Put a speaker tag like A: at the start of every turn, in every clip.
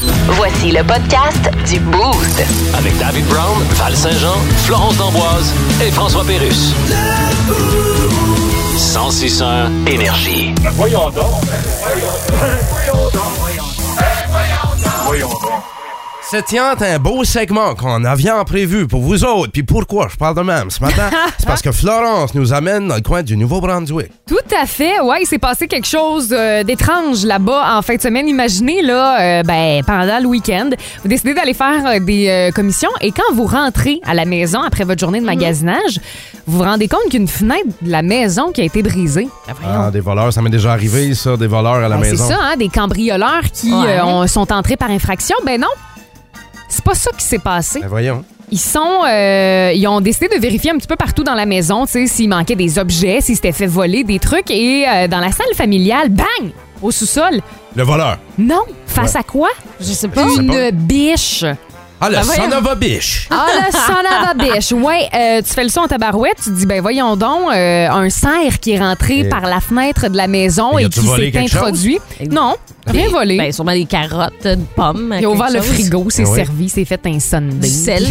A: Voici le podcast du Boost.
B: Avec David Brown, Val Saint-Jean, Florence D'Amboise et François Pérus. 106 énergie.
C: Voyons donc. Voyons donc. Voyons donc.
D: C'était un beau segment qu'on avait en prévu pour vous autres. Puis pourquoi je parle de même ce matin? C'est parce que Florence nous amène dans le coin du Nouveau-Brunswick.
E: Tout à fait. Ouais, il s'est passé quelque chose euh, d'étrange là-bas en fin de semaine. Imaginez, là, euh, ben, pendant le week-end, vous décidez d'aller faire euh, des euh, commissions et quand vous rentrez à la maison après votre journée de
D: Mhm.
E: magasinage, vous vous rendez compte qu'une fenêtre de la maison qui a été brisée.
D: Ah, des voleurs, ça m'est déjà arrivé, ça, des voleurs à la
E: Ben,
D: maison.
E: C'est ça, hein, des cambrioleurs qui
F: Ouais.
E: euh, ont- sont entrés par infraction. Ben non, c'est pas ça qui s'est passé.
D: Ben voyons.
E: Ils sont, euh, ils ont décidé de vérifier un petit peu partout dans la maison, tu sais, s'il manquait des objets, s'ils s'étaient fait voler des trucs. Et euh, dans la salle familiale, bang, au sous-sol.
D: Le voleur.
E: Non, face
D: Ouais.
E: à quoi? Je sais
D: pas. Je sais
E: Une
D: pas.
E: biche.
D: Ah, le
E: Ben voyons.
D: son of a bitch.
E: Ah, le son of a biche. Ouais, euh, tu fais le son en tabarouette, tu te dis, ben voyons donc, euh, un cerf qui est rentré
D: Et-
E: par la fenêtre de la maison
D: Mais
E: et
D: as-tu
E: qui
D: volé
E: s'est
D: quelque chose?
E: introduit. Non, rien volé.
F: Ben, sûrement des carottes, une pomme.
E: Il a ouvert le
F: quelque chose.
E: frigo, s'est
D: Ah oui.
E: servi, s'est fait un sundae.
F: Du sel.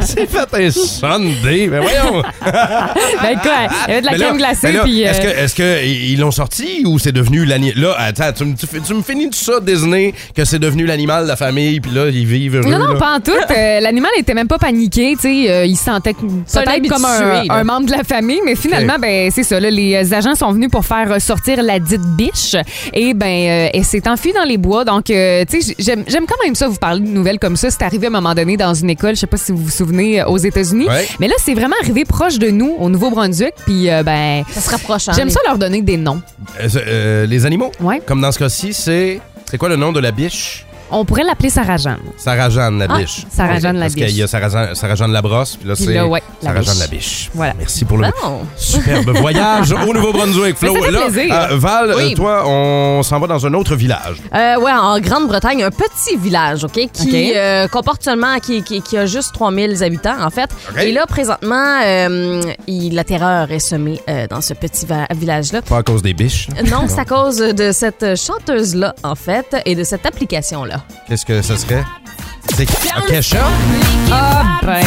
D: C'est fait un Sunday. Ben voyons.
E: Ben quoi, il y avait de la
D: Mais là-
E: crème
D: mais
E: glacée,
D: là,
E: puis... euh,
D: Est-ce que, est-ce que i- ils l'ont sorti ou c'est devenu l'animal? Là, attends, tu, me- tu fais- tu me finis tout ça, Disney, que c'est devenu l'animal de la famille, puis là, ils vivent heureux.
E: Non, non,
D: là.
E: pas en tout. Euh, L'animal était même pas paniqué. tu sais, euh, il se sentait
F: C'est un
E: peut-être
F: habitué,
E: comme un,
F: là.
E: un membre de la famille, mais finalement, ben, c'est ça. là, les agents sont venus pour faire sortir la dite biche et ben, euh, elle s'est enfuie dans les bois. Donc, euh, tu sais, j'aime j'aime quand même ça, vous parler de nouvelles comme ça. C'est arrivé à un moment donné dans une école, je sais pas si vous vous souvenez, euh, aux États-Unis.
D: Ouais.
E: Mais là, c'est vraiment arrivé proche de nous, au Nouveau-Brunswick. Puis, euh, ben,
F: Ça se rapproche. hein,
E: j'aime
F: les-
E: ça leur donner des noms.
D: Euh, c'est- euh, les animaux?
E: Ouais.
D: Comme dans ce cas-ci, c'est. C'est quoi le nom de la biche?
E: On pourrait l'appeler Sarah Jeanne.
D: Sarah Jeanne, la
E: Ah,
D: biche.
E: Sarah Jeanne, la
D: Parce
E: biche.
D: qu'il y a Sarah Jeanne, Sarah Jeanne la brosse, puis là,
E: Puis
D: c'est.
E: là, ouais, la
D: Sarah Jeanne
E: biche.
D: la biche.
E: Voilà.
D: Merci pour le.
F: Non.
D: Superbe voyage au Nouveau-Brunswick, Flo.
E: Mais ça fait
D: Là,
E: plaisir.
D: euh, Val,
F: Oui.
D: euh, toi, on s'en va dans un autre village.
F: Euh, ouais, en Grande-Bretagne, un petit village, OK, qui
E: OK.
F: euh, comporte seulement, qui, qui, qui a juste 3000 habitants, en fait.
D: OK.
F: Et là, présentement, euh, il- la terreur est semée euh, dans ce petit va- village-là.
D: Pas à cause des biches.
F: Euh, Non, c'est à cause de cette chanteuse-là, en fait, et de cette application-là.
D: Qu'est-ce que ça serait? C'est OK, chat?
E: Ah, ben...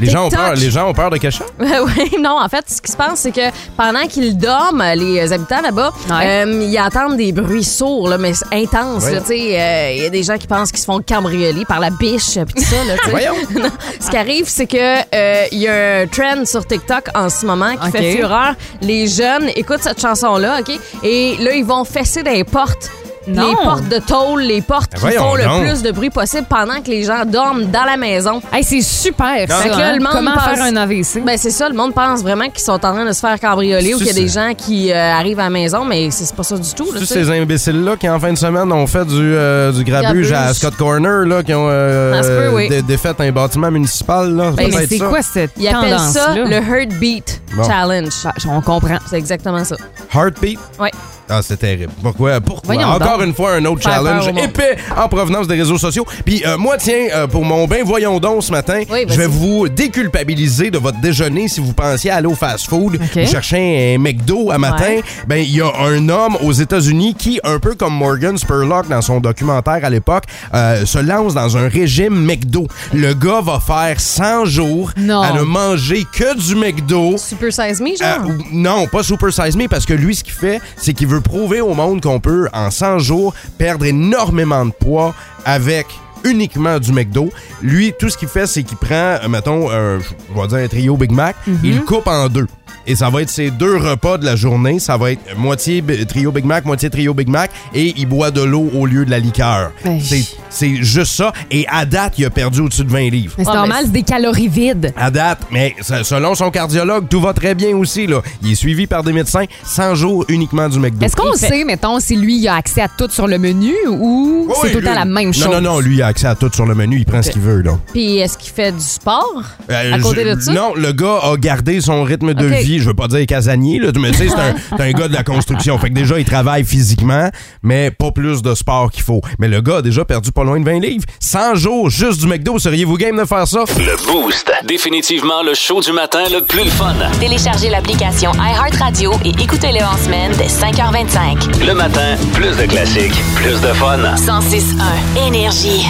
D: Les gens, ont
F: TikTok.
D: peur, les gens ont peur de Kesha?
F: oui, non, en fait, ce qui se passe, c'est que pendant qu'ils dorment, les habitants là-bas,
E: Ouais.
F: euh, ils entendent des bruits sourds, là, mais intenses.
D: Ouais.
F: là, tu sais, euh, Il y a des gens qui pensent qu'ils se font cambrioler par la biche, pis tout ça. Là, tu sais.
D: Voyons!
F: Non, ce qui arrive, c'est que euh, il y a un trend sur TikTok en ce moment qui
E: OK.
F: fait fureur. Les jeunes écoutent cette chanson-là, OK? Et là, ils vont fesser des portes.
E: Non.
F: Les portes de tôle, les portes
D: Ben
F: qui
D: voyons
F: font le
D: donc.
F: plus de bruit possible pendant que les gens dorment dans la maison.
E: Hey, c'est super, ça.
F: Fait que là,
E: hein?
F: le monde
E: Comment
F: pense-
E: faire un AVC?
F: Ben c'est ça, le monde pense vraiment qu'ils sont en train de se faire cambrioler ou qu'il y a des gens qui euh, arrivent à la maison, mais c'est c'est pas ça du tout. là,
D: Tous
F: tu sais.
D: ces imbéciles-là qui, en fin de semaine, ont fait du, euh, du grabuge
F: Grabuge.
D: à Scott Corner, là, qui ont euh,
F: Ça se peut, oui.
D: dé- défait un bâtiment municipal. Là.
F: Ben,
D: peut
E: mais
D: être
E: c'est
D: ça.
E: quoi cette
F: Ils appellent ça
E: tendance-là? Bah,
F: le Heartbeat Beat
D: Bon.
F: Challenge.
E: On comprend.
F: C'est exactement ça.
D: Heartbeat?
F: Ouais.
D: Ah, c'est terrible. Pourquoi? Pourquoi?
E: Voyons
D: Encore
E: donc.
D: une fois, un autre
F: Faire peur
D: challenge
F: au monde.
D: épais en provenance des réseaux sociaux. Puis euh, moi, tiens, euh, pour mon bain, voyons donc ce matin,
F: Oui, vas-y.
D: je vais vous déculpabiliser de votre déjeuner si vous pensiez aller au fast-food.
E: OK.
D: Vous cherchez un McDo à matin.
F: Ouais.
D: Ben, il y a un homme aux États-Unis qui, un peu comme Morgan Spurlock dans son documentaire à l'époque, euh, se lance dans un régime McDo. Le gars va faire 100 jours
E: Non.
D: à ne manger que du McDo.
F: Super Size Me, genre?
D: Euh, ou- non, pas Super Size Me, parce que lui, ce qu'il fait, c'est qu'il veut prouver au monde qu'on peut, en 100 jours, perdre énormément de poids avec uniquement du McDo. Lui, tout ce qu'il fait, c'est qu'il prend, euh, mettons, un- je vais dire un trio Big Mac,
F: Mhm.
D: il le coupe en deux. Et ça va être ses deux repas de la journée. Ça va être moitié bi- trio Big Mac, moitié trio Big Mac, et il boit de l'eau au lieu de la liqueur.
E: Ben,
D: C'est c'est juste ça. Et à date, il a perdu au-dessus de 20 livres.
E: Mais c'est
F: Ah,
E: normal,
F: ben,
E: c'est des calories vides.
D: À date, mais se- selon son cardiologue, tout va très bien aussi. Là. Il est suivi par des médecins 100 jours uniquement du McDo.
E: Est-ce qu'on
F: Il fait-
E: sait, mettons, si lui, il a accès à tout sur le menu ou
D: Oui,
E: c'est
D: oui,
E: tout le temps
D: lui-
E: la même chose?
D: Non, non, non, lui, il a accès à tout sur le menu, il prend ce qu'il veut. Là.
F: Puis est-ce qu'il fait du sport
D: Euh,
F: à côté
D: je-
F: de ça?
D: Non, le gars a gardé son rythme de
F: Ok, ok.
D: vie, je veux pas dire casanier, là, mais tu sais, c'est un, c'est un gars de la construction. Fait que déjà, il travaille physiquement, mais pas plus de sport qu'il faut. Mais le gars a déjà perdu pas loin de 20 livres. 100 jours juste du McDo, seriez-vous game de faire ça?
B: Le Boost. Définitivement le show du matin le plus le fun.
A: Téléchargez l'application iHeartRadio et écoutez-le en semaine dès 5h25.
B: Le matin, plus de classiques, plus de fun.
A: 106.1 Énergie.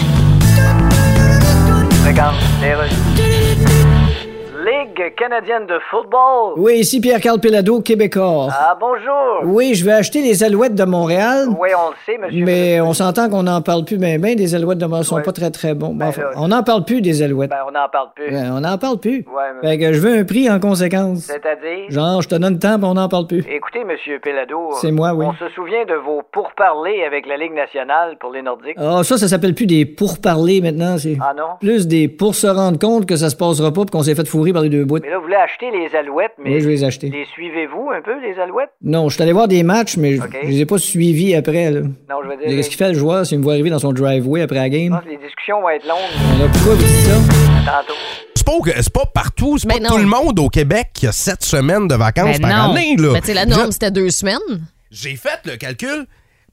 G: Ligue canadienne de football.
H: Oui, ici Pierre-Carl Pelado, Québécois.
G: Ah, bonjour.
H: Oui, je vais acheter les alouettes de Montréal,
G: Oui, on le sait, monsieur.
H: mais on s'entend qu'on n'en parle plus ben ben, des alouettes de Montréal. sont pas très, très bons. Ben, enfin,
G: là,
H: on n'en parle plus des alouettes.
G: Ben, on n'en parle plus.
H: Ben, on n'en parle plus.
G: Ouais, mais-
H: Fait que je veux un prix en conséquence.
G: C'est-à-dire.
H: Genre, je te donne le temps, mais on n'en parle plus.
G: Écoutez, monsieur Pelado.
H: C'est moi, oui.
G: On se souvient de vos pourparlers avec la Ligue nationale pour les Nordiques.
H: Ah, ça, ça s'appelle plus des pourparlers maintenant. C'est
G: Ah non?
H: plus des pour se rendre compte que ça se passera pas pis qu'on s'est fait fourrer par les deux bouts.
G: Mais là, vous voulez acheter les alouettes, mais.
H: Oui, je vais les acheter.
G: Les suivez-vous un peu, les alouettes?
H: Non, je suis allé voir des matchs, mais je-
G: Ok.
H: je les ai pas suivis après. Là.
G: Non, je veux dire.
H: Qu'est-ce qu'il fait le joueur s'il me voit arriver dans son driveway après la
G: Je
H: game?
G: pense que les discussions vont être longues euh,
H: Alors, pourquoi vous dites ça?
G: tantôt.
D: C'est pas, au- c'est pas partout, c'est pas
F: Ben non.
D: tout le monde au Québec qui a 7 semaines de vacances
E: Ben
D: par
E: non.
D: année. Là.
F: Ben, tu sais, la
D: Je-
F: norme, c'était deux semaines.
D: J'ai fait le calcul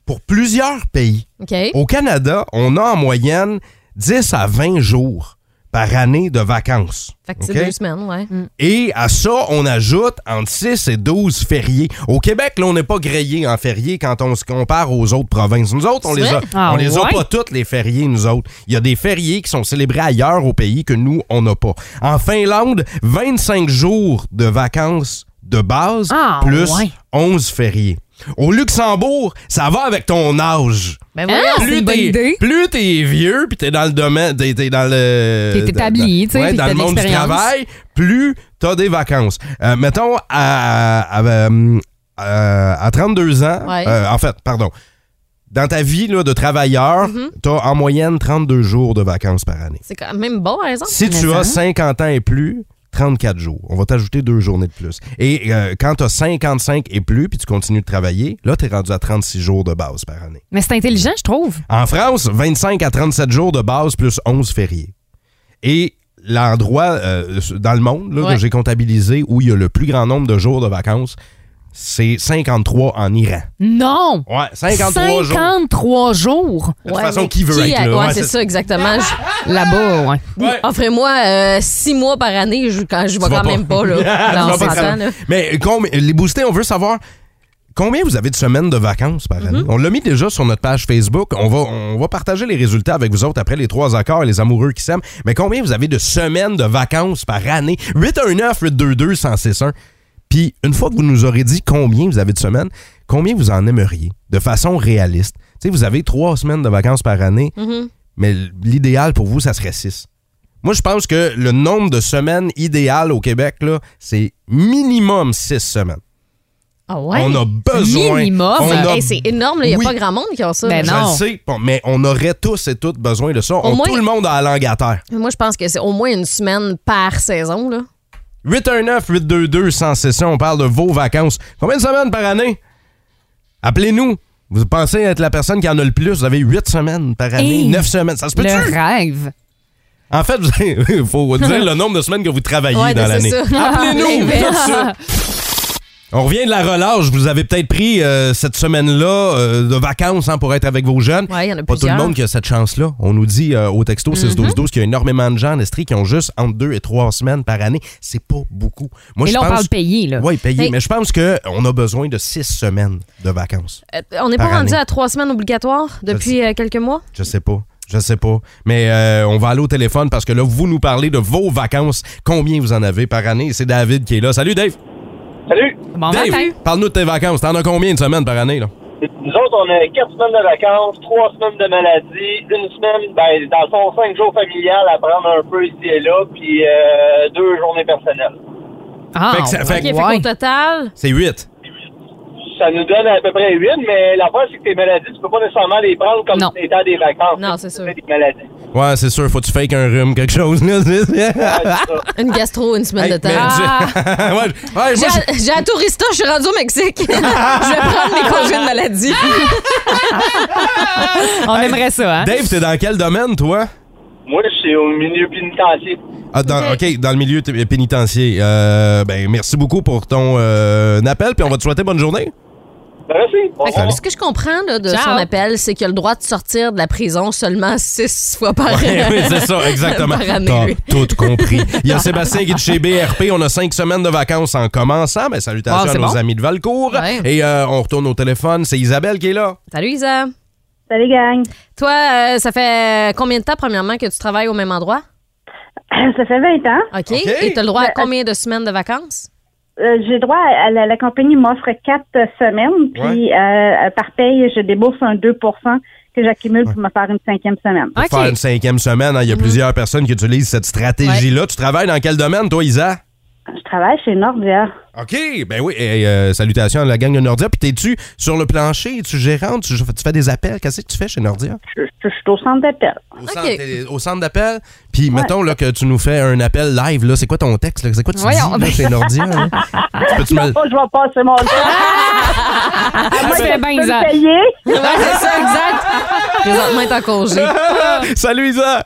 D: pour plusieurs pays.
F: OK.
D: Au Canada, on a en moyenne 10 à 20 jours par année de vacances.
F: Fait que c'est
D: OK?
F: deux semaines, ouais.
E: Mm.
D: Et à ça, on ajoute entre 6 et 12 fériés. Au Québec, là, on n'est pas grillé en fériés quand on se compare aux autres provinces. Nous autres, on
F: C'est
D: les a,
F: vrai?
E: Ah
D: on les a
E: ouais?
D: pas toutes les fériés, nous autres. Il y a des fériés qui sont célébrés ailleurs au pays que nous, on n'a pas. En Finlande, 25 jours de vacances de base,
E: Ah
D: plus
E: ouais.
D: 11 fériés. Au Luxembourg, ça va avec ton âge.
F: Ben
E: Hein?
F: voyons.
E: Ah, c'est
D: plus
E: une bonne
D: t'es
E: idée.
D: plus t'es vieux puis t'es dans le domaine t'es, t'es dans le
E: T'es
D: dans-
E: établi, tu sais,
D: ouais,
E: puis
D: dans
E: t'as
D: le
E: de
D: monde du
E: l'expérience.
D: travail plus t'as des vacances Euh, mettons à à, euh, euh, à 32 ans
F: Ouais.
D: euh, en fait pardon dans ta vie là, de travailleur
E: Mm-hmm.
D: t'as en moyenne 32 jours de vacances par année
F: C'est quand même bon, par exemple.
D: si tu as 50 ans et plus 34 jours. On va t'ajouter deux journées de plus. Et euh, quand tu as 55 et plus, puis tu continues de travailler, là, tu es rendu à 36 jours de base par année.
E: Mais c'est intelligent, je trouve.
D: En France, 25 à 37 jours de base plus 11 fériés. Et l'endroit euh, dans le monde là,
F: Ouais.
D: que j'ai comptabilisé où il y a le plus grand nombre de jours de vacances, c'est 53 en Iran.
E: Non!
D: Ouais, 53 jours.
E: 53 jours
D: De toute façon,
F: mais
D: qui veut être
F: a-
D: là?
F: Ouais,
D: Ouais,
F: c'est
D: c'est-
F: ça, exactement. Je-
E: là-bas, ouais.
D: Ouais.
F: Offrez-moi euh, six mois par année, je, quand, je vois
D: Tu vas
F: quand
D: pas-
F: même pas,
D: Tu
F: là.
D: vas pas
F: non, on s'entend,
D: travailler.
F: là.
D: Mais combien- les boostés, on veut savoir combien vous avez de semaines de vacances par année.
F: Mhm.
D: On l'a mis déjà sur notre page Facebook. On va, on va partager les résultats avec vous autres après les trois accords et les amoureux qui s'aiment. Mais combien vous avez de semaines de vacances par année? 819-822-1061. Puis une fois que vous nous aurez dit combien vous avez de semaines, combien vous en aimeriez de façon réaliste? Tu sais, vous avez trois semaines de vacances par année,
F: Mhm.
D: mais l'idéal pour vous, ça serait six. Moi, je pense que le nombre de semaines idéal au Québec, là, c'est minimum six semaines.
F: Ah ouais?
D: On a besoin.
E: Minimum.
D: on a-
F: Hey, c'est énorme, il n'y a
D: Oui.
F: pas grand monde qui a ça.
E: Ben
D: Je
E: non.
D: le sais, bon, mais on aurait tous et toutes besoin de ça. On-
F: moins-
D: Tout le monde a la langue à terre.
F: Moi, je pense que c'est au moins une semaine par saison, là.
D: 819-822-161, on parle de vos vacances. Combien de semaines par année? Appelez-nous. Vous pensez être la personne qui en a le plus. Vous avez 8 semaines par année,
E: Hey!
D: 9 semaines. Ça se peut-tu?
E: Le rêve.
D: En fait, il faut dire le nombre de semaines que vous travaillez
F: Ouais,
D: dans l'année.
F: c'est ça.
D: Appelez-nous!
F: Mais-
D: tout ça. On revient de la relâche. Vous avez peut-être pris euh, cette semaine-là euh, de vacances hein, pour être avec vos jeunes.
F: Ouais, il y en a
D: Pas tout le
F: plusieurs. Mm-hmm.
D: monde qui a cette chance-là. On nous dit euh, au texto 6-12-12 qu'il y a énormément de gens en Estrie qui ont juste entre deux et trois semaines par année. C'est pas beaucoup. Moi,
E: Et
D: je
E: là, on
D: pense...
E: parle payé, là.
D: Oui, payé.
F: Hey.
D: Mais je pense qu'on a besoin de six semaines de vacances.
F: Euh, on n'est
D: Par
F: pas rendu
D: année.
F: à trois semaines obligatoires depuis euh, quelques mois?
D: Je sais pas. Je sais pas. Mais euh, on va aller au téléphone parce que là, vous nous parlez de vos vacances. Combien vous en avez par année? C'est David qui est là. Salut, Dave.
I: Salut!
E: Bon
D: Dave,
E: matin.
D: parle-nous de tes vacances. T'en as combien de semaines par année, là?
I: Nous autres, on a quatre semaines de vacances, trois semaines de maladie, une semaine, ben, dans le fond, cinq jours familiales à prendre un peu ici et là, puis euh, deux journées personnelles.
E: Ah,
D: Fait que ça- fait
F: OK, fait
D: que-
E: ouais.
F: qu'au total,
D: C'est huit.
I: Ça nous donne à peu près huit, mais la fois, c'est que tes maladies, tu peux pas nécessairement les prendre comme
E: Non.
I: étant des vacances.
F: Non, c'est sûr.
I: des maladies.
D: Ouais, c'est sûr, faut que tu fakes un rhume, quelque chose. Là.
F: une gastro, une semaine
D: Hey,
F: de
D: mais
F: temps.
D: tu- ouais, je- ouais,
F: Ah. J'ai
D: moi, je-
F: à- j'ai à tourista, je suis rendu au Mexique. je vais prendre mes congés de maladie.
E: On aimerait hein. ça, hein?
D: Dave, t'es dans quel domaine, toi?
I: Moi, je c'est au milieu pénitentiaire.
D: Ah, dans, OK, dans le milieu t- pénitentiaire. Euh, ben, merci beaucoup pour ton euh, appel, puis on va te souhaiter bonne journée.
I: Ben, merci. Au
F: Fait que
I: revoir.
F: ce que je comprends là, de
E: Ciao.
F: son appel, c'est qu'il a le droit de sortir de la prison seulement six fois par an.
D: Ouais, oui, c'est ça, exactement.
F: Par année,
D: T'as
F: oui.
D: tout compris. Il y a Sébastien qui est de chez BRP. On a cinq semaines de vacances en commençant. Ben, salutations
F: Ah,
D: à
F: c'est
D: nos
F: bon.
D: amis de Valcourt.
F: Ouais.
D: Et euh, on retourne au téléphone. C'est Isabelle qui est là.
F: Salut Isa.
J: Salut gang.
F: Toi, euh, ça fait combien de temps, premièrement, que tu travailles au même endroit?
J: Ça fait 20 ans.
F: OK.
D: OK.
F: Et tu as le droit à combien de semaines de vacances?
J: Euh, j'ai droit à, à la, la compagnie m'offre quatre euh, semaines, puis euh, euh, par paye, je débourse un 2 que j'accumule pour me faire une cinquième semaine.
D: Pour
E: OK.
D: faire une cinquième semaine, hein, il y a
F: Mhm.
D: plusieurs personnes qui utilisent cette stratégie-là. Tu travailles dans quel domaine, toi, Isa?
J: Je travaille chez Nordia.
D: OK, ben oui. Et, euh, salutations à la gang de Nordia. Puis t'es-tu sur le plancher? Es-tu gérante? Tu, tu fais des appels? Qu'est-ce que tu fais chez Nordia?
J: Je, je- je suis au centre d'appel.
D: Au, centre, télé- au centre d'appel. Puis mettons là, que tu nous fais un appel live. Là, c'est quoi ton texte? là? C'est quoi tu
E: Voyons.
D: dis là, chez Nordia? là? Tu peux-tu me-
J: Pas, je vais passer mon
H: Ah,
J: temps.
E: Ça se fait bien,
J: Je peux
E: Isa.
J: le payer.
F: c'est ça, exact. Présentement, est en congé.
D: Salut Isa!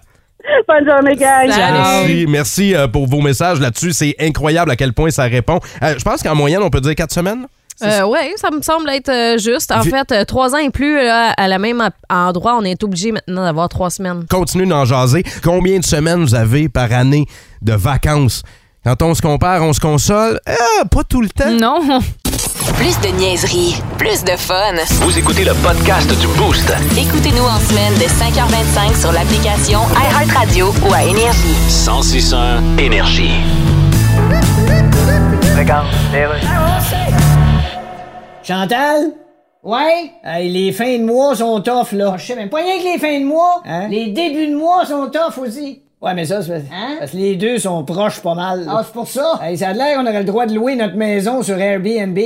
J: Bonne journée, gang.
D: Merci, merci euh, pour vos messages là-dessus. C'est incroyable à quel point ça répond. Euh, je pense qu'en moyenne, on peut dire quatre semaines.
F: Euh, oui, ça me semble être euh, juste. En
D: Vi-
F: fait, euh, trois ans et plus, là, à la même ap- endroit, on est obligé maintenant d'avoir trois semaines.
D: Continuez d'en jaser. Combien de semaines vous avez par année de vacances? Quand on se compare, on se console. Ah, pas tout le temps.
E: Non.
A: Plus de niaiserie, plus de fun.
B: Vous écoutez le podcast du Boost.
A: Écoutez-nous en semaine de 5h25 sur l'application iHeartRadio ou à Énergie.
B: 1061 Énergie.
G: Regarde, c'est vrai.
H: Chantal? Ouais? les fins de mois sont tough, là. je sais même pas rien que les fins de mois. Les débuts de mois sont tough aussi. Ouais, mais ça, c'est parce- parce que les deux sont proches pas mal. Ah, c'est pour ça? ça a l'air qu'on aurait le droit de louer notre maison sur Airbnb.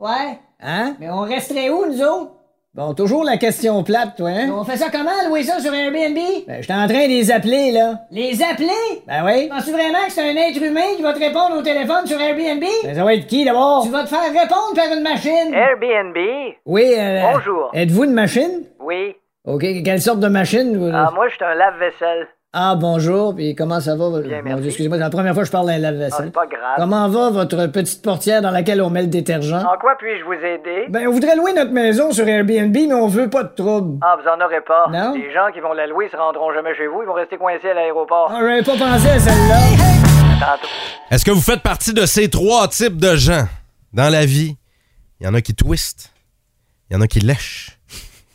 H: Ouais. Hein? Mais on resterait où, nous autres? Bon, toujours la question plate, toi, hein? On fait ça comment, louer ça sur Airbnb? Ben, j'étais en train de les appeler, là. Les appeler? Ben oui. Penses-tu vraiment que c'est un être humain qui va te répondre au téléphone sur Airbnb? Ben, ça va être qui, d'abord? Tu vas te faire répondre par une machine.
G: Eh Airbnb?
H: Oui, euh,
G: Bonjour.
H: Êtes-vous une machine?
G: Oui.
H: OK, quelle sorte de machine? vous-
G: Ah, moi, je suis un lave-vaisselle.
H: Ah, bonjour, puis comment ça va? Mon Dieu,
G: merci.
H: Excusez-moi, c'est la première fois que je parle d'un
G: Ah,
H: lave-vaisselle.
G: c'est pas grave.
H: comment va votre petite portière dans laquelle on met le détergent?
G: En quoi puis-je vous aider?
H: Ben, on voudrait louer notre maison sur Airbnb, mais on veut pas de trouble.
G: Ah, vous en aurez pas.
H: Non.
G: Les gens qui vont la louer se rendront jamais chez vous. Ils vont rester coincés à l'aéroport.
H: On n'avait Ah, pas pensé à celle-là.
G: Tantôt.
D: Est-ce que vous faites partie de ces trois types de gens dans la vie? Il y en a qui twistent, il y en a qui lèchent,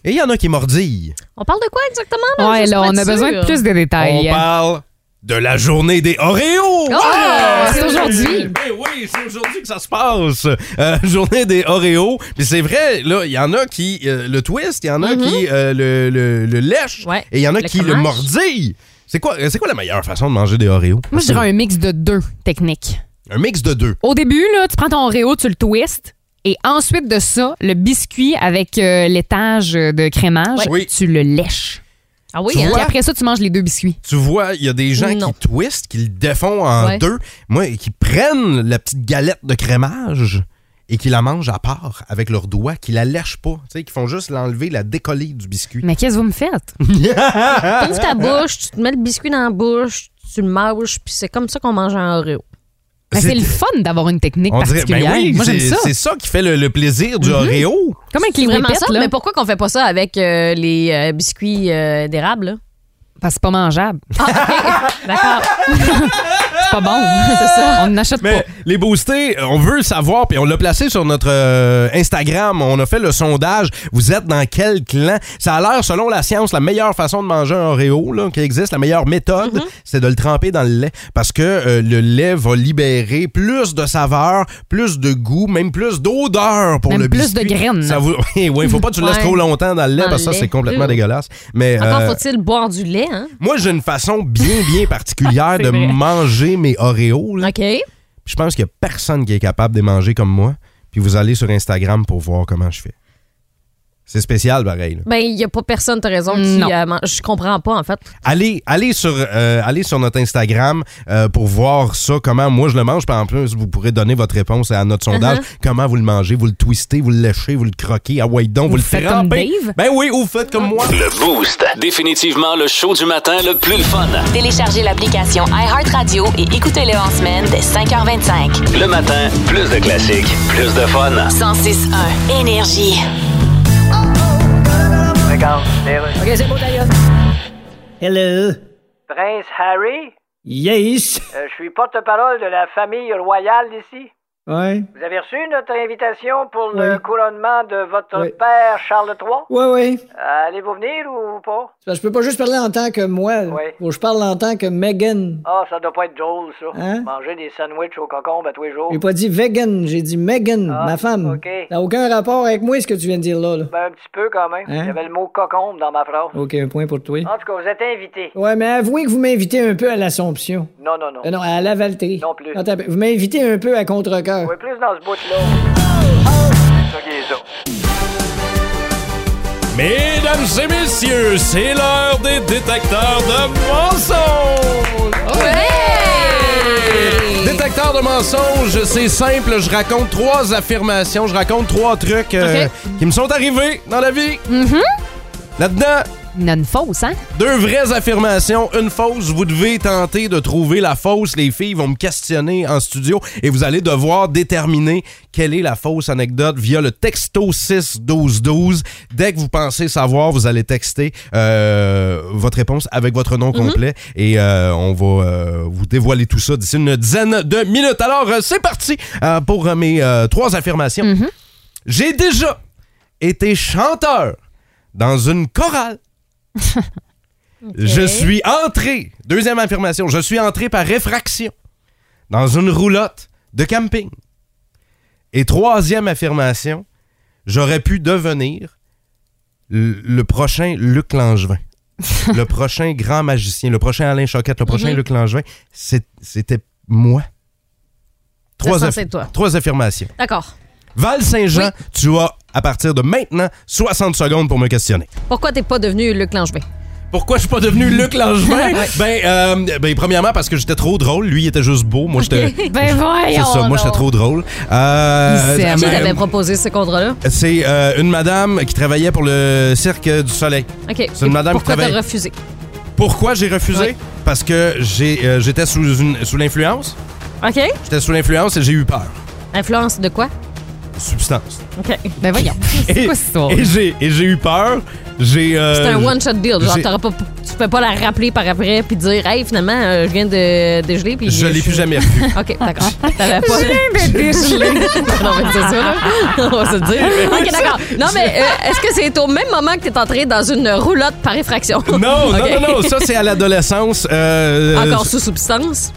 D: et il y en a qui mordillent.
F: On parle de quoi exactement? Là,
E: Ouais,
F: Juste
E: là,
F: pour
E: on a
F: être
E: besoin
F: sûr.
E: de plus de
D: On
E: détails.
D: parle de la journée des Oreos! Ah!
E: Oh, c'est aujourd'hui.
D: Ben oui, c'est aujourd'hui que ça se passe. Euh, journée des Oreos. Puis c'est vrai, là, il y en a qui euh, le twist, il y en
E: Mm-hmm.
D: a qui euh, le, le- le lèchent,
F: Ouais.
D: et il y en a
F: Le
D: qui le
F: fromage.
D: mordillent. C'est quoi, euh, c'est quoi la meilleure façon de manger des Oreos?
E: Moi, je dirais un mix de deux techniques.
D: Un mix de deux.
E: Au début, là, tu prends ton Oreo, tu le twists. Et ensuite de ça, le biscuit avec euh, l'étage de crémage,
D: Oui.
E: tu le lèches.
F: Ah oui,
D: Tu
F: hein?
E: Puis
D: vois?
E: après ça, tu manges les deux biscuits.
D: Tu vois, il y a des gens
F: Non.
D: qui twistent, qui le défont en
F: Ouais.
D: deux, moi, et qui prennent la petite galette de crémage et qui la mangent à part avec leurs doigts, qui la lèchent pas, tu sais, qui font juste l'enlever, la décoller du biscuit.
E: Mais qu'est-ce que vous me faites?
D: Ah,
F: T'ouvres ta bouche, tu te mets le biscuit dans la bouche, tu le mâches, puis c'est comme ça qu'on mange un Oreo.
E: Ben,
D: C'est-
E: c'est le fun d'avoir une technique
D: On dirait,
E: particulière.
D: ben oui,
E: Moi, j'aime
D: c'est
E: ça. Mm-hmm.
D: c'est ça qui fait le, le plaisir du Oreo.
E: Comme avec les
F: C'est vraiment
E: whippets,
F: ça?
E: là.
F: Mais pourquoi qu'on fait pas ça avec euh, les euh, biscuits euh, d'érable, là?
E: Parce que c'est pas mangeable.
F: Ah, D'accord.
E: C'est pas bon. c'est ça. On n'achète
D: Mais
E: pas.
D: les boostés, on veut le savoir, puis on l'a placé sur notre euh, Instagram. On a fait le sondage. Vous êtes dans quel clan? Ça a l'air, selon la science, la meilleure façon de manger un Oreo là, qui existe, la meilleure méthode, c'est de le tremper dans le lait. Parce que euh, le lait va libérer plus de saveur, plus de goût, même plus d'odeur pour
E: Même
D: le
E: plus de
D: biscuit.
E: graines.
D: Ça vous... Oui, il faut pas que tu le laisses
F: Ouais.
D: trop longtemps dans le lait,
F: Dans
D: parce
F: le
D: que ça,
F: lait.
D: c'est complètement
F: Ouh.
D: dégueulasse. Mais,
F: Encore
D: euh,
F: faut-il boire du lait, hein?
D: moi, j'ai une façon bien, bien particulière de
E: C'est vrai.
D: manger mes Oreos. là.
F: OK.
D: Je pense qu'il n'y a personne qui est capable de les manger comme moi. Puis vous allez sur Instagram pour voir comment je fais. C'est spécial, pareil. là.
F: Ben, il n'y a pas personne, t'as raison, qui.
E: Non.
F: euh, man- je comprends pas, en fait.
D: Allez, allez, sur, euh, allez sur notre Instagram euh, pour voir ça, comment moi je le mange. Puis en plus, vous pourrez donner votre réponse à notre sondage.
F: Uh-huh.
D: Comment vous le mangez? Vous le twistez, vous le léchez, vous le croquez, à white don, vous, le
E: faites
D: trempez.
E: comme Dave? Ah.
D: Ben oui, ou faites comme moi.
B: Le Boost. Définitivement le show du matin le plus le fun.
A: Téléchargez l'application iHeartRadio et écoutez-le en semaine dès 5h25.
B: Le matin, plus de classiques, plus de fun.
A: 106.1 Énergie.
H: Ah.
G: Regarde, les rues.
H: OK, c'est bon, d'ailleurs. Hello.
G: Prince Harry,
H: Yes.
G: euh, je suis porte-parole de la famille royale d'ici.
H: Ouais.
G: Vous avez reçu notre invitation pour le
H: Oui.
G: couronnement de votre
H: Oui.
G: père Charles III?
H: Ouais, ouais. C'est
G: Euh, Allez-vous venir ou pas?
H: parce que Je peux pas juste parler en tant que moi. là.
G: Ouais.
H: Faut que je parle en tant que Megan.
G: Ah, ça doit pas être drôle, ça.
H: Hein?
G: Manger des sandwichs au concombre à tous les jours.
H: J'ai pas dit vegan, j'ai dit Megan,
G: Ah,
H: ma femme.
G: OK.
H: Ça n'a aucun rapport avec moi, ce que tu viens de dire là. là.
G: Ben, un petit peu quand même.
H: Hein?
G: Il y avait le mot cocombe dans ma phrase.
H: OK, un point pour toi.
G: En tout cas, vous êtes invité.
H: Ouais, mais avouez que vous m'invitez un peu à l'Assomption.
G: Non, non, non.
H: Euh, non, à la Valterie.
G: Non plus.
H: t'as- vous m'invitez un peu à contre-cœur.
G: On est plus dans ce bout-là.
H: Oh,
G: C'est ça qui est ça.
D: Mesdames et messieurs, c'est l'heure des détecteurs de mensonges! Détecteur de mensonges, c'est simple. Je raconte trois affirmations, je raconte trois trucs euh,
E: Ok.
D: qui me sont arrivés dans la vie. Là-dedans,
E: Non, une fausse, hein?
D: deux vraies affirmations, une fausse. Vous devez tenter de trouver la fausse. Les filles vont me questionner en studio et vous allez devoir déterminer quelle est la fausse anecdote via le texto 6 12 12. Dès que vous pensez savoir, vous allez texter euh, votre réponse avec votre nom complet et euh, on va euh, vous dévoiler tout ça d'ici une dizaine de minutes. Alors, euh, c'est parti euh, pour euh, mes euh, trois affirmations. J'ai déjà été chanteur dans une chorale. Je suis entré, deuxième affirmation, je suis entré par réfraction dans une roulotte de camping. Et troisième affirmation, j'aurais pu devenir le, le prochain Luc Langevin. le prochain grand magicien, le prochain Alain Choquette, le prochain Luc Langevin. C'est- C'était moi. Trois,
F: censé
D: aff-
F: être toi.
D: trois affirmations.
F: D'accord.
D: Val Saint-Jean, tu as, à partir de maintenant, 60 secondes pour me questionner.
F: Pourquoi t'es pas devenu Luc Langevin?
D: Pourquoi je suis pas devenu Luc Langevin? ben, euh, ben, premièrement, parce que j'étais trop drôle. Lui, il était juste beau. Moi, j'étais.
E: Ben
D: C'est
E: voyons!
D: ça, moi, j'étais trop drôle. Euh,
E: Il s'aime.
F: Qui
E: Ben,
F: t'avait proposé ce contrat-là?
D: c'est euh, une madame qui travaillait pour le Cirque du Soleil.
F: OK.
D: C'est une madame qui
F: Pourquoi
D: travaille-
F: t'as refusé?
D: Pourquoi j'ai refusé?
F: Ouais.
D: Parce que j'ai, euh, j'étais sous, une- sous l'influence.
F: OK.
D: J'étais sous l'influence et j'ai eu peur.
F: Influence de quoi?
D: Substance.
F: OK.
E: Ben voyons. C'est
D: Et,
E: quoi cette histoire?
D: et j'ai, et j'ai eu peur. J'ai, euh,
F: C'est un one-shot deal. Genre,
D: j'ai-
F: t'auras pas, tu peux pas la rappeler par après puis dire, hey, finalement, euh, je viens de dégeler. Puis
D: Je l'ai plus jamais revu.
F: OK, d'accord. T'avais pas.
E: ben,
F: non, mais c'est ça, là. On va se le dire. OK, d'accord. Non, mais euh, est-ce que c'est au même moment que t'es entré dans une roulotte par effraction?
D: Non,
F: OK.
D: non, non, non, ça c'est à l'adolescence. euh,
F: Encore sous substance?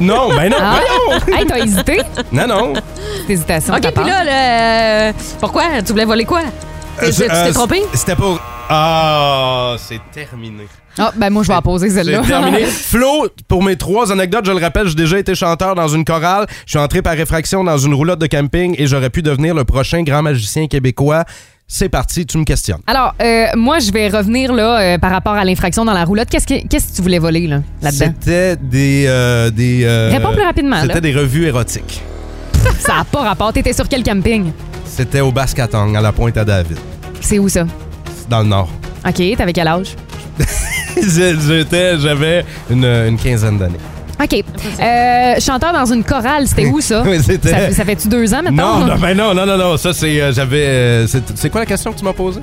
D: Non, ben non,
E: Ah.
D: ben
E: Hey, t'as hésité?
D: non. Non, non.
E: Cette hésitation. de ta
F: OK, puis
E: part.
F: là, le- euh, pourquoi? Tu voulais voler quoi?
D: Euh,
F: Tu tu
D: euh,
F: t'es trompé?
D: C'était pour. Ah, c'est terminé.
E: Ah, ben moi, je vais en poser celle-là.
D: C'est terminé. Flo, pour mes trois anecdotes, je le rappelle, j'ai déjà été chanteur dans une chorale. Je suis entré par réfraction dans une roulotte de camping et j'aurais pu devenir le prochain grand magicien québécois. C'est parti, tu me questionnes.
E: Alors, euh, moi, je vais revenir là euh, par rapport à l'infraction dans la roulotte. Qu'est-ce que, qu'est-ce que tu voulais voler là, là-dedans?
D: C'était des. euh, des euh,
E: Réponds plus rapidement,
D: C'était
E: là.
D: des revues érotiques.
E: Ça n'a pas rapport. T'étais sur quel camping?
D: C'était au Bascatong, à la pointe à David,
E: C'est où ça?
D: dans le nord.
E: OK, t'avais quel âge?
D: Je- J'étais, j'avais une, une quinzaine d'années.
E: OK. Euh, chanteur dans une chorale, c'était où ça?
D: Oui, c'était-
E: ça, ça fait-tu deux ans maintenant?
D: Non, non, ben non, non, non, non, ça c'est, euh, j'avais, euh, c'est c'est quoi la question que tu m'as posée?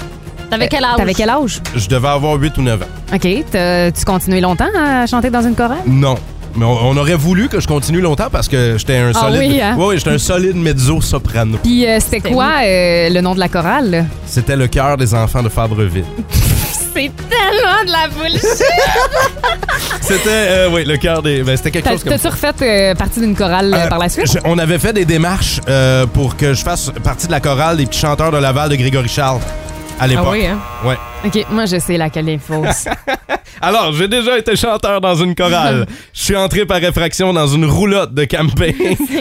F: T'avais quel âge?
E: T'avais quel âge?
D: Je devais avoir 8 ou 9 ans.
E: OK. t'as- Tu continuais longtemps à chanter dans une chorale?
D: Non. Mais on, on aurait voulu que je continue longtemps parce que j'étais un
E: Ah
D: solide.
E: oui, hein?
D: Ouais, ouais, j'étais un solide mezzo-soprano.
E: Puis euh, c'était quoi euh, le nom de la chorale? là?
D: C'était le cœur des enfants de Fabreville.
E: C'est tellement de la bullshit!
D: C'était, euh, oui, le cœur des. Ben, c'était quelque
E: T'as-
D: chose comme
E: T'as-tu
D: ça.
E: refait euh, partie d'une chorale euh,
D: Euh,
E: par la suite?
D: je- on avait fait des démarches euh, pour que je fasse partie de la chorale des petits chanteurs de Laval de Grégory Charles à l'époque.
F: Ah oui, hein?
D: Ouais.
E: OK, moi, je sais laquelle est fausse.
D: Alors, j'ai déjà été chanteur dans une chorale. Je suis entré par effraction dans une roulotte de camping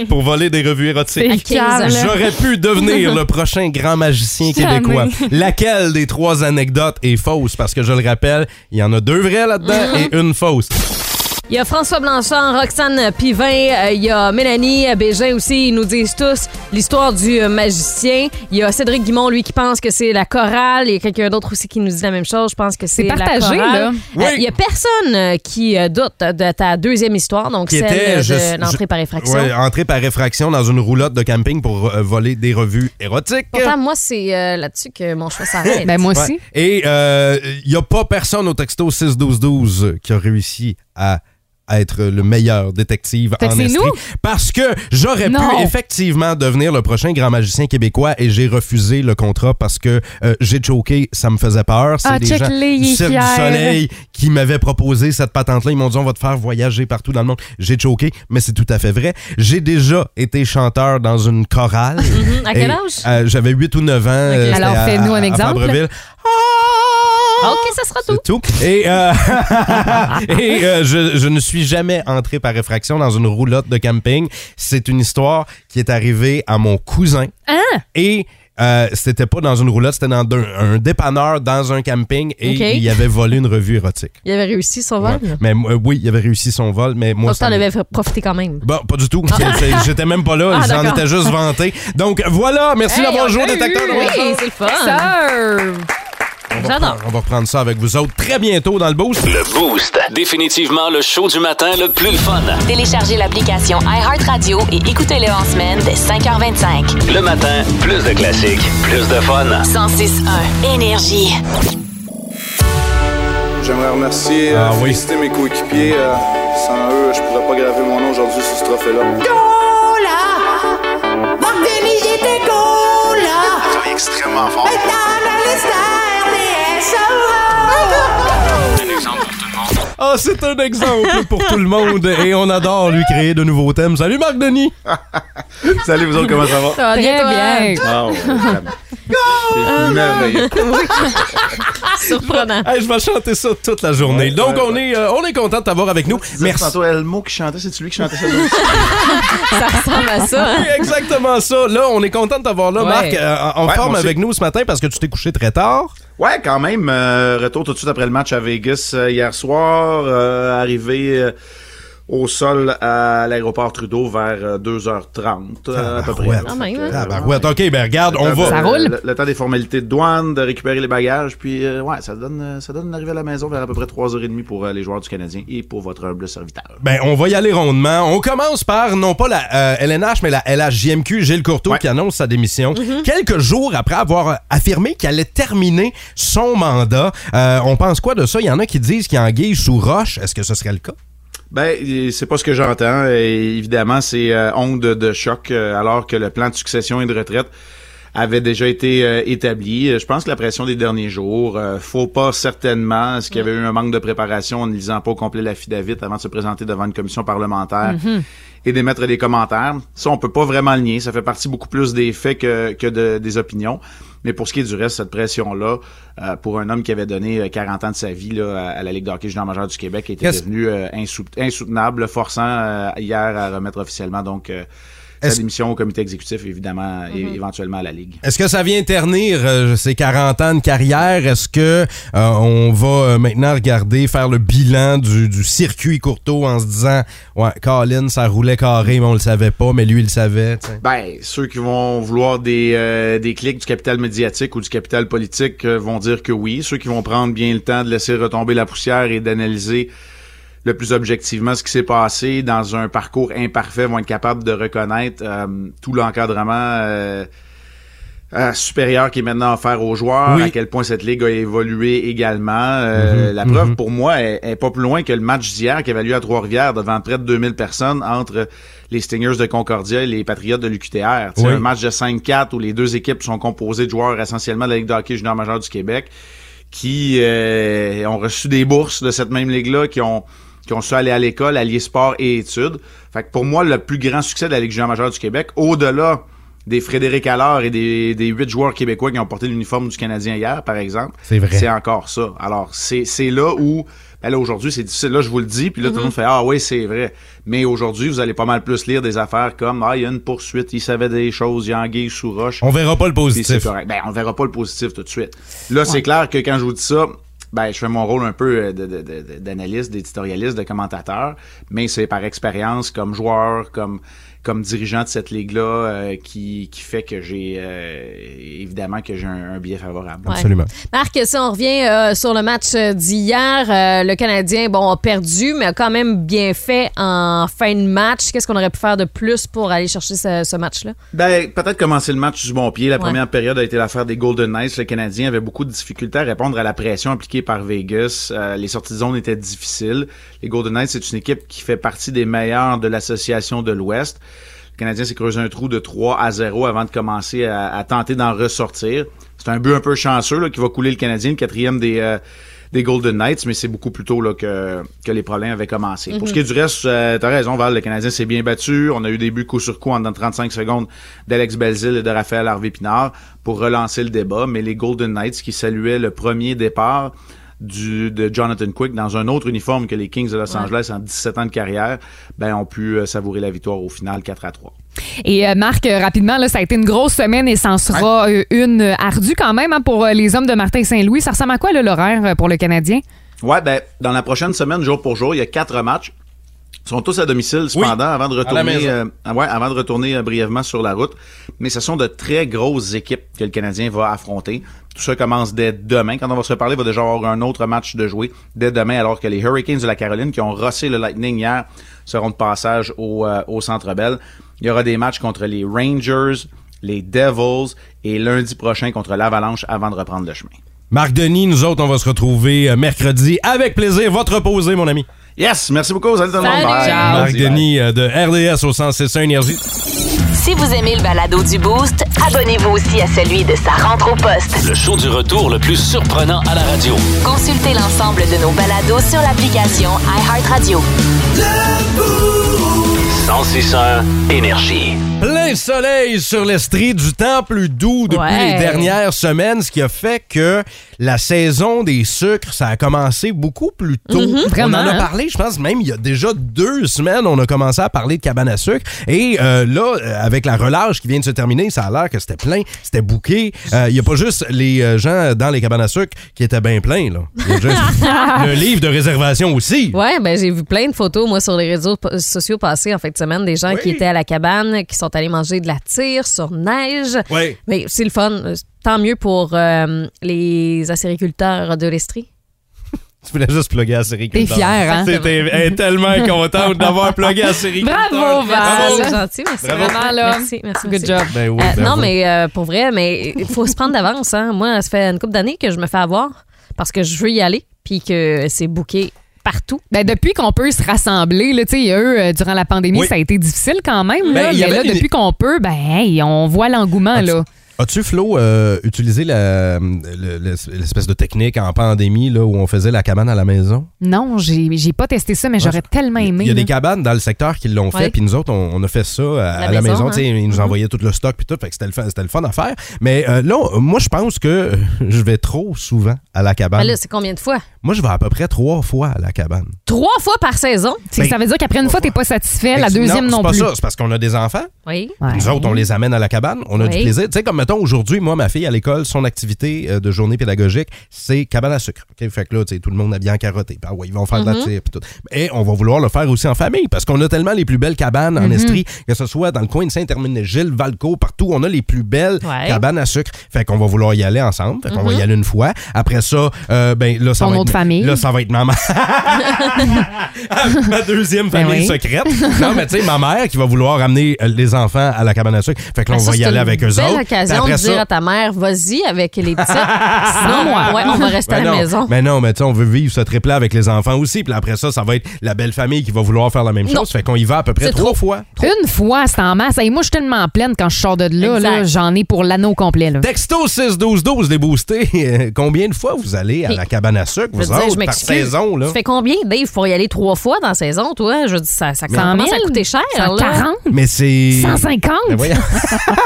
D: pour voler des revues érotiques.
E: C'est calme.
D: J'aurais pu devenir le prochain grand magicien québécois. Laquelle des trois anecdotes est fausse? Parce que je le rappelle, il y en a deux vraies là-dedans et une fausse.
F: Il y a François Blanchard, Roxane Pivin, euh, il y a Mélanie Bégin aussi, ils nous disent tous l'histoire du euh, magicien. Il y a Cédric Guimond, lui, qui pense que c'est la chorale. Il y a quelqu'un d'autre aussi qui nous dit la même chose. Je pense que c'est
E: C'est partagé,
F: la chorale.
E: là.
F: Euh,
D: Oui.
F: Il y a personne euh, qui euh, doute de ta deuxième histoire, donc
D: Qui
F: celle
D: était,
F: de
D: je-
F: l'entrée
D: je-
F: par effraction.
D: Ouais, entré par effraction dans une roulotte de camping pour euh, voler des revues érotiques.
F: Pourtant, moi, c'est euh, là-dessus que mon choix s'arrête.
E: Ben moi
D: Ouais.
E: aussi.
D: Et il n'y a pas personne au texto 61212 qui a réussi à être le meilleur détective
E: Fait que
D: en
E: c'est
D: Estrie.
E: nous?
D: Parce que j'aurais pu
E: Non.
D: effectivement devenir le prochain grand magicien québécois et j'ai refusé le contrat parce que euh, j'ai choqué, ça me faisait peur. C'est
E: Ah,
D: des
E: check
D: gens
E: les, il
D: du
E: est
D: Cirque du
E: fier.
D: Soleil qui m'avaient proposé cette patente-là. Ils m'ont dit on va te faire voyager partout dans le monde. J'ai choqué, mais c'est tout à fait vrai. J'ai déjà été chanteur dans une chorale.
E: Mm-hmm.
F: Mhm. À quel
D: Et,
F: âge?
D: euh, J'avais 8 ou 9 ans. euh,
E: Alors,
D: c'était à-
E: fais-nous un
D: à- à
E: exemple.
D: Fabreville.
F: Ah, OK, ça sera tout.
D: C'est tout. Et, euh, et, euh, je, je ne suis jamais entré par effraction dans une roulotte de camping. C'est une histoire qui est arrivée à mon cousin.
E: Hein?
D: Et euh, c'était pas dans une roulotte, c'était dans d'un- un dépanneur dans un camping et
F: Ok.
D: il avait volé une revue érotique.
F: Il avait réussi son vol.
D: Ouais. Mais moi, oui, il avait réussi son vol, mais moi.
F: Pourtant,
D: ça
F: il
D: me-
F: avait fait- profité quand même.
D: Bon, pas du tout. C'est- c'est- J'étais même pas là.
F: Ah,
D: J'en
F: d'accord.
D: étais juste vanté. Donc voilà, merci d'avoir joué au détecteur. de
F: Oui,
D: mensonges.
F: c'est le fun.
E: Serve.
D: On va
F: j'adore.
D: reprendre- On va reprendre ça avec vous autres très bientôt dans le boost.
B: Le Boost. Définitivement le show du matin le plus le fun.
A: Téléchargez l'application iHeartRadio et écoutez-le en semaine dès 5h25.
B: Le matin, plus de classiques, plus de fun.
A: 106.1 Énergie.
H: J'aimerais remercier, euh,
D: Ah oui.
H: féliciter mes coéquipiers. euh, sans eux, je pourrais pas graver mon nom aujourd'hui sur ce trophée-là. extrêmement fort.
D: Ah, c'est un exemple pour tout le monde et on adore lui créer de nouveaux thèmes. Salut Marc Denis!
H: Salut, vous autres, comment ça va?
F: Ça va bien,
E: Très
F: toi?
E: bien.
H: Ah, ouais, vraiment. C'est merveilleux.
F: Surprenant.
D: Hey, je vais chanter ça toute la journée.
H: Ouais,
D: Donc
H: ouais,
D: on est euh, on est content de t'avoir avec nous.
H: Merci.
D: Merci.
H: Tantôt, Elmo qui chantait, c'est lui qui chantait ça?
F: ça ressemble à ça. hein?
D: Oui, exactement ça. Là, on est content de t'avoir là,
F: Ouais.
D: Marc, euh, en
H: Ouais,
D: forme
H: moi aussi.
D: avec nous ce matin parce que tu t'es couché très tard.
H: Ouais, quand même. euh, retour tout de suite après le match à Vegas euh, hier soir. euh, arrivé euh, au sol à l'aéroport Trudeau vers euh, 2h30 euh, à peu près.
D: Tabarouette.
F: Quand même, hein?
D: Tabarouette. OK, ben regarde, on
H: Euh,
D: va.
E: Ça roule?
H: Le, le temps des formalités de douane, de récupérer les bagages, puis euh, ouais, ça donne euh, ça donne l'arrivée à la maison vers à peu près 3h30 pour euh, les joueurs du Canadien et pour votre humble serviteur.
D: Ben, on va y aller rondement. On commence par, non pas la euh, LNH, mais la LHJMQ, Gilles Courteau,
H: Ouais.
D: qui annonce sa démission. Quelques jours après avoir euh, affirmé qu'il allait terminer son mandat. Euh, on pense quoi de ça? Il y en a qui disent qu'il anguille sous roche. Est-ce que ce serait le cas?
H: Ben, euh, c'est pas ce que j'entends. Et Évidemment, c'est euh, onde de choc euh, alors que le plan de succession et de retraite avait déjà été euh, établi. Euh, Je pense que la pression des derniers jours, euh, faut pas certainement, est-ce qu'il y avait eu un manque de préparation en ne lisant pas au complet l'affidavit avant de se présenter devant une commission parlementaire
D: Mhm.
H: et d'émettre des commentaires. Ça, on peut pas vraiment le nier. Ça fait partie beaucoup plus des faits que, que de- des opinions. Mais pour ce qui est du reste, cette pression-là, euh, pour un homme qui avait donné euh, 40 ans de sa vie là, à, à la Ligue d'hockey junior majeure du Québec, était
D: Qu'est-ce-
H: devenu euh, insou- insoutenable, forçant euh, hier à remettre officiellement donc euh, sa
D: Est-ce- Mhm.
H: démission au comité exécutif, évidemment, et éventuellement à la Ligue.
D: Est-ce que ça vient ternir euh, ses 40 ans de carrière? Est-ce que euh, on va euh, maintenant regarder, faire le bilan du, du circuit Courteau en se disant, ouais, Colin, ça roulait carré, mais on le savait pas, mais lui, il le savait. tu sais.
H: Ben, ceux qui vont vouloir des, euh, des clics du capital médiatique ou du capital politique euh, vont dire que oui. Ceux qui vont prendre bien le temps de laisser retomber la poussière et d'analyser le plus objectivement ce qui s'est passé dans un parcours imparfait vont être capables de reconnaître euh, tout l'encadrement euh, euh, supérieur qui est maintenant offert aux joueurs,
D: Oui.
H: à quel point cette ligue a évolué également. Euh,
D: Mhm,
H: la preuve
D: mhm.
H: pour moi est, est pas plus loin que le match d'hier qui avait lieu à Trois-Rivières devant près de 2000 personnes entre les Stingers de Concordia et les Patriotes de l'UQTR. Tu sais,
D: Oui.
H: Un match de 5-4 où les deux équipes sont composées de joueurs essentiellement de la Ligue de hockey junior majeur du Québec qui euh, ont reçu des bourses de cette même ligue-là, qui ont qui ont su aller à l'école, allier sport et études. Fait que pour moi, le plus grand succès de la Ligue junior majeure du Québec, au-delà
K: des Frédéric Allard et des, des huit joueurs québécois qui ont porté l'uniforme du Canadien hier, par exemple.
D: C'est vrai.
K: C'est encore ça. Alors, c'est c'est là où, ben là, aujourd'hui, c'est difficile. Là, je vous le dis, puis là, tout le monde fait Ah oui, c'est vrai. Mais aujourd'hui, vous allez pas mal plus lire des affaires comme Ah, il y a une poursuite, il savait des choses, il y a Anguille sous roche.
D: On verra pas le positif.
K: Puis c'est correct. Ben, on verra pas le positif tout de suite. Là, c'est clair que quand je vous dis ça, ben, je fais mon rôle un peu euh, de- de- de- d'analyste, d'éditorialiste, de commentateur, mais c'est par expérience comme joueur, comme comme dirigeant de cette ligue-là, euh, qui, qui fait que j'ai euh, évidemment que j'ai un, un biais favorable.
F: Ouais. Marc, si on revient euh, sur le match euh, d'hier, euh, le Canadien, bon, a perdu, mais a quand même bien fait en fin de match. Qu'est-ce qu'on aurait pu faire de plus pour aller chercher ce, ce match-là?
K: Ben, peut-être commencer le match du bon pied. La
F: Ouais.
K: première période a été l'affaire des Golden Knights. Le Canadien avait beaucoup de difficultés à répondre à la pression appliquée par Vegas. Euh, les sorties de zone étaient difficiles. Les Golden Knights, c'est une équipe qui fait partie des meilleures de l'association de l'Ouest. Le Canadien s'est creusé un trou de 3 à 0 avant de commencer à, à tenter d'en ressortir. C'est un but un peu chanceux là, qui va couler le Canadien, le quatrième des, euh, des Golden Knights, mais c'est beaucoup plus tôt là, que, que les problèmes avaient commencé. Pour ce qui est
L: Mhm.
K: du du reste, euh, t'as raison, Val. Le Canadien s'est bien battu. On a eu des buts coup sur coup en dans 35 secondes d'Alex Belzil et de Raphaël Harvey-Pinard pour relancer le débat. Mais les Golden Knights qui saluaient le premier départ du, de Jonathan Quick dans un autre uniforme que les Kings de Los
E: Ouais.
K: Angeles en 17 ans de carrière, ben, ont pu euh, savourer la victoire au final 4 à 3.
E: Et euh, Marc, euh, rapidement, là, ça a été une grosse semaine et ça en sera euh, une euh, ardue quand même hein, pour euh, les hommes de Martin Saint-Louis. Ça ressemble à quoi là, l'horaire euh, pour le Canadien?
K: Ouais, ben, dans la prochaine semaine, jour pour jour, il y a quatre matchs. Ils sont tous à domicile, cependant, avant de
D: à la
K: retourner,
D: maison.
K: euh, ouais, avant de retourner euh, brièvement sur la route. Mais ce sont de très grosses équipes que le Canadien va affronter. Tout ça commence dès demain. Quand on va se parler, il va déjà avoir un autre match de jouer dès demain, alors que les Hurricanes de la Caroline, qui ont rossé le Lightning hier, seront de passage au, euh, au Centre Bell. Il y aura des matchs contre les Rangers, les Devils et lundi prochain contre l'Avalanche avant de reprendre le chemin.
D: Marc Denis, nous autres, on va se retrouver euh, mercredi avec plaisir. Va te reposer, mon ami.
K: Yes, merci beaucoup. Salut tout le monde.
A: Salut.
K: Bye.
A: Ciao.
D: Marc
A: Merci, bye.
D: Denis euh, de RDS au 106.1 Énergie.
A: Si vous aimez le balado du Boost, abonnez-vous aussi à celui de sa rentre au poste.
B: Le show du retour le plus surprenant à la radio.
A: Consultez l'ensemble de nos balados sur l'application iHeartRadio.
B: 1061 Énergie.
D: Plein soleil sur l'estrie, du temps plus doux depuis
B: Ouais.
D: les dernières semaines, ce qui a fait que la saison des sucres, ça a commencé beaucoup plus tôt.
E: Mhm, vraiment,
D: on en a
E: hein.
D: parlé, je pense, même il y a déjà deux semaines, on a commencé à parler de cabane à sucre. Et euh, là, euh, avec la relâche qui vient de se terminer, ça a l'air que c'était plein, c'était bouqué. Euh, Il n'y a pas juste les euh, gens dans les cabanes à sucre qui étaient bien pleins. Là. Il y a juste le livre de réservation aussi.
F: Ouais, ben j'ai vu plein de photos moi sur les réseaux po- sociaux passés en fin de semaine des gens qui étaient à la cabane, qui sont allés manger de la tire sur neige.
D: Ouais.
F: Mais c'est le fun, Euh, tant mieux pour euh, les acériculteurs de l'Estrie.
D: Tu voulais juste plugger à série
F: T'es fier, hein?
D: C'était elle est tellement contente d'avoir plugué à série
F: Bravo Val,
E: Bravo.
F: c'est gentil, merci
E: Bravo.
F: vraiment là. Merci, merci. Good job.
D: Ben
F: non mais euh, pour vrai, mais il faut se prendre d'avance hein. Moi, ça fait une couple d'années que je me fais avoir parce que je veux y aller puis que c'est booké partout.
E: Ben, depuis qu'on peut se rassembler, là, tu sais, il y a eu, euh, durant la pandémie,
D: Oui.
E: ça a été difficile quand même.
D: Ben,
E: là,
D: il y
E: mais
D: avait
E: là,
D: une-
E: depuis qu'on peut, ben, hey, on voit l'engouement. là.
D: As-tu, Flo, euh, utilisé la- le- le- l'espèce de technique en pandémie là, où on faisait la cabane à la maison?
E: Non, j'ai j'ai pas testé ça, mais j'aurais
F: Ben,
E: tellement
D: Ah,
E: aimé.
D: Il y a
E: là.
D: des cabanes dans le secteur qui l'ont
E: Ouais.
D: fait, puis nous autres, on, on a fait ça à, à la
E: maison,
D: maison. tu sais,
E: hein.
D: Ils
F: Mm-hmm.
D: nous envoyaient tout le stock, puis tout, fait que c'était le, fun- c'était le fun à faire. Mais euh, là, on- moi, je pense que euh, je vais trop souvent à la
F: Ben
D: cabane.
F: là, c'est combien de fois
D: moi, je vais à peu près trois fois à la cabane.
F: Trois fois par saison.
D: C'est que ça veut
E: dire qu'après une fois, t'es pas satisfait, la
D: Fait que-
E: deuxième non,
D: Ben, c'est pas ça,
E: plus.
D: c'est parce qu'on a des enfants.
F: Oui.
D: Nous autres, on les amène à la cabane, on a
E: Oui.
D: du plaisir. Tu sais, comme mettons aujourd'hui, moi, ma fille à l'école, son activité euh, de journée pédagogique, c'est cabane à sucre. OK? Fait que là, tu sais, tout le monde a bien carotté. Ah ouais, ils vont faire de
L: Mhm.
E: Mm-hmm.
D: la tire. puis tout. Et on va vouloir le faire aussi en famille parce qu'on a tellement les plus belles cabanes en
E: Mm-hmm.
L: Mhm.
D: Estrie, que ce soit dans le coin de Saint-Hermine-Gilles, Valco, partout, on a les plus belles
L: Ouais.
D: cabanes à sucre. Fait qu'on va vouloir y aller ensemble. Fait qu'on va
L: Mhm.
D: y aller une fois. Après ça, euh, ben là, ça
E: Mm-hmm. Ton
D: va
E: autre
D: être,
E: famille.
D: Là, ça va être maman. ma deuxième
E: Ben
D: famille
E: oui.
D: secrète. Non, mais tu sais, ma mère qui va vouloir amener euh, les enfants à la cabane à sucre. Fait que là,
E: Ah,
D: on
E: ça,
D: va y
E: c'est
F: Ben,
D: aller
E: une
D: avec eux
E: belle
D: autres.
E: occasion
F: décision
D: après
F: de dire
D: ça-
F: à ta mère, vas-y avec les petits. Sinon, ouais, on va rester
D: Ben
F: à la
D: non,
F: maison.
D: Mais non, mais tu sais, on veut vivre ce trip-là avec les enfants aussi. Puis après ça, ça va être la belle famille qui va vouloir faire la même
E: Non.
D: chose. Fait qu'on y va à peu près
E: C'est
D: trois
E: trop.
D: fois.
E: Une fois, c'est en masse. Et moi, je suis tellement pleine quand je sors de là.
D: Exact.
E: là J'en ai pour l'anneau complet. Là.
D: Texto 6-12-12, les boostés. Euh, Combien de fois vous allez à
F: Mais-
D: la cabane à sucre,
F: Je veux
D: vous
F: dire,
D: autres,
F: je
D: par
F: m'excuse.
D: saison? Là?
F: Tu fais combien, Dave, pour y aller trois fois dans la saison, toi? Je veux dire, ça, ça
D: Cent
F: commence à
D: mille?
F: coûter cher. là.
E: 140?
D: Mais c'est...
E: 150?
D: Ben voyons.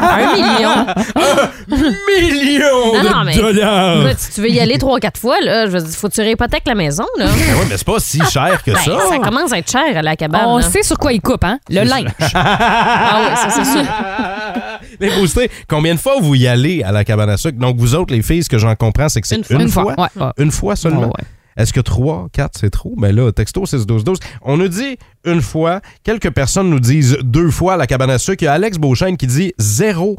F: Un million.
D: Millions de dollars! Ben
F: écoute, si tu veux y aller trois, quatre fois, là, je veux dire, faut que tu réhypothèques la maison, là.
D: Ben ouais, mais c'est pas si cher que
F: Ben,
D: ça.
F: ça commence à être cher à la cabane.
E: On
F: là.
E: sait sur quoi il coupe, hein? Le linge.
F: Ah oui, ça, c'est sûr.
D: Les boostés, combien de fois vous y allez à la cabane à sucre? Donc, vous autres, les filles, ce que j'en comprends, c'est que c'est une,
E: fois. Une fois, ouais, ouais.
D: Une fois seulement.
E: Ouais,
D: Est-ce que 3, 4, c'est trop? Ben là, texto 6 12 12 On nous dit une fois. Quelques personnes nous disent deux fois à la cabane à sucre. Il y a Alex Beauchesne qui dit zéro.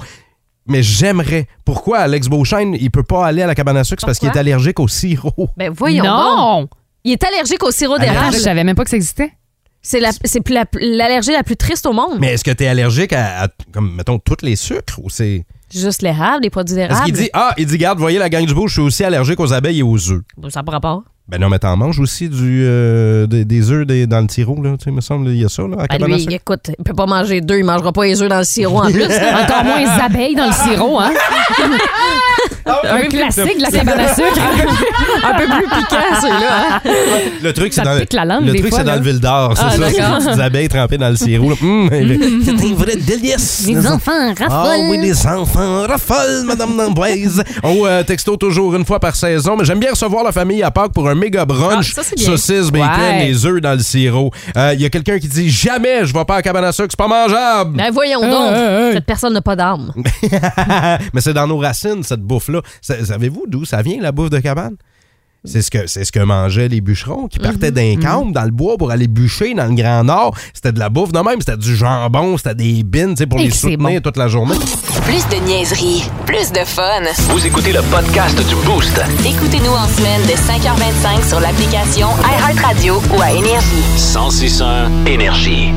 D: Mais j'aimerais. Pourquoi Alex Beauchesne, il peut pas aller à la cabane à sucre? C'est parce qu'il est
F: Pourquoi?
D: allergique au sirop.
F: Ben voyons
E: Non. Ah,
F: donc. Il est allergique au sirop
D: Allergique.
F: d'érable.
D: Je
E: savais même pas que ça existait.
F: C'est la- c'est la- l'allergie la, plus triste au monde.
D: Mais est-ce que tu es allergique à, à, comme, mettons, tous les sucres? Ou c'est.
F: Juste l'érable, les produits
D: Est-ce
F: d'érable.
D: qu'il dit, ah, il dit, garde, voyez la gang du beau, je suis aussi allergique aux abeilles et aux œufs.
F: Bon, Ça n'a pas rapport.
D: Ben non, mais t'en manges aussi du, euh, des, des œufs des- dans le sirop, là. Tu sais, me semble, il y a ça, là, à la
F: Ben,
D: cabane à
F: lui,
D: sucre.
F: écoute, il peut pas manger deux, il mangera pas les œufs dans le sirop en plus.
E: Encore moins les abeilles dans le sirop, hein? Un classique de la cabane à sucre. Un peu plus piquant, celui-là. hein?
D: Le truc, c'est
E: Ça
D: dans,
E: pique la langue
D: le
E: des
D: truc,
E: fois,
D: c'est dans
E: là.
D: le ville d'or, c'est
E: Ah,
D: ça.
E: d'accord. Mm-hmm.
D: C'est des abeilles trempées dans le sirop. là. Hum, le- c'est un vrai délice.
E: Les enfants
D: Ah
E: raffolent.
D: oui, les enfants raffolent, Madame Namboise. On euh, texto toujours une fois par saison, mais j'aime bien recevoir la famille à Pâques pour un méga brunch.
F: Ah, ça, c'est bien.
D: Saucisses, bacon,
F: Ouais.
D: les œufs dans le sirop. Euh, Il y a quelqu'un qui dit jamais je vais pas à la cabane à sucre, c'est pas mangeable.
F: Ben voyons donc, cette personne n'a pas d'âme.
D: Mais c'est dans nos racines, cette bouffe-là. Sa- Savez-vous d'où ça vient, la bouffe de cabane? C'est ce, que, c'est ce que mangeaient les bûcherons qui
A: Mhm.
D: partaient d'un camp dans le bois pour aller bûcher dans le Grand Nord. C'était de la bouffe de même, c'était du jambon, c'était des bines tu sais, pour
A: Et
D: les
A: que c'est
D: soutenir toute la journée.
A: Plus de niaiserie, plus de fun.
B: Vous écoutez le podcast du Boost.
A: Écoutez-nous en semaine de 5h25 sur l'application iHeartRadio ou à Énergie.
B: 1061 Énergie.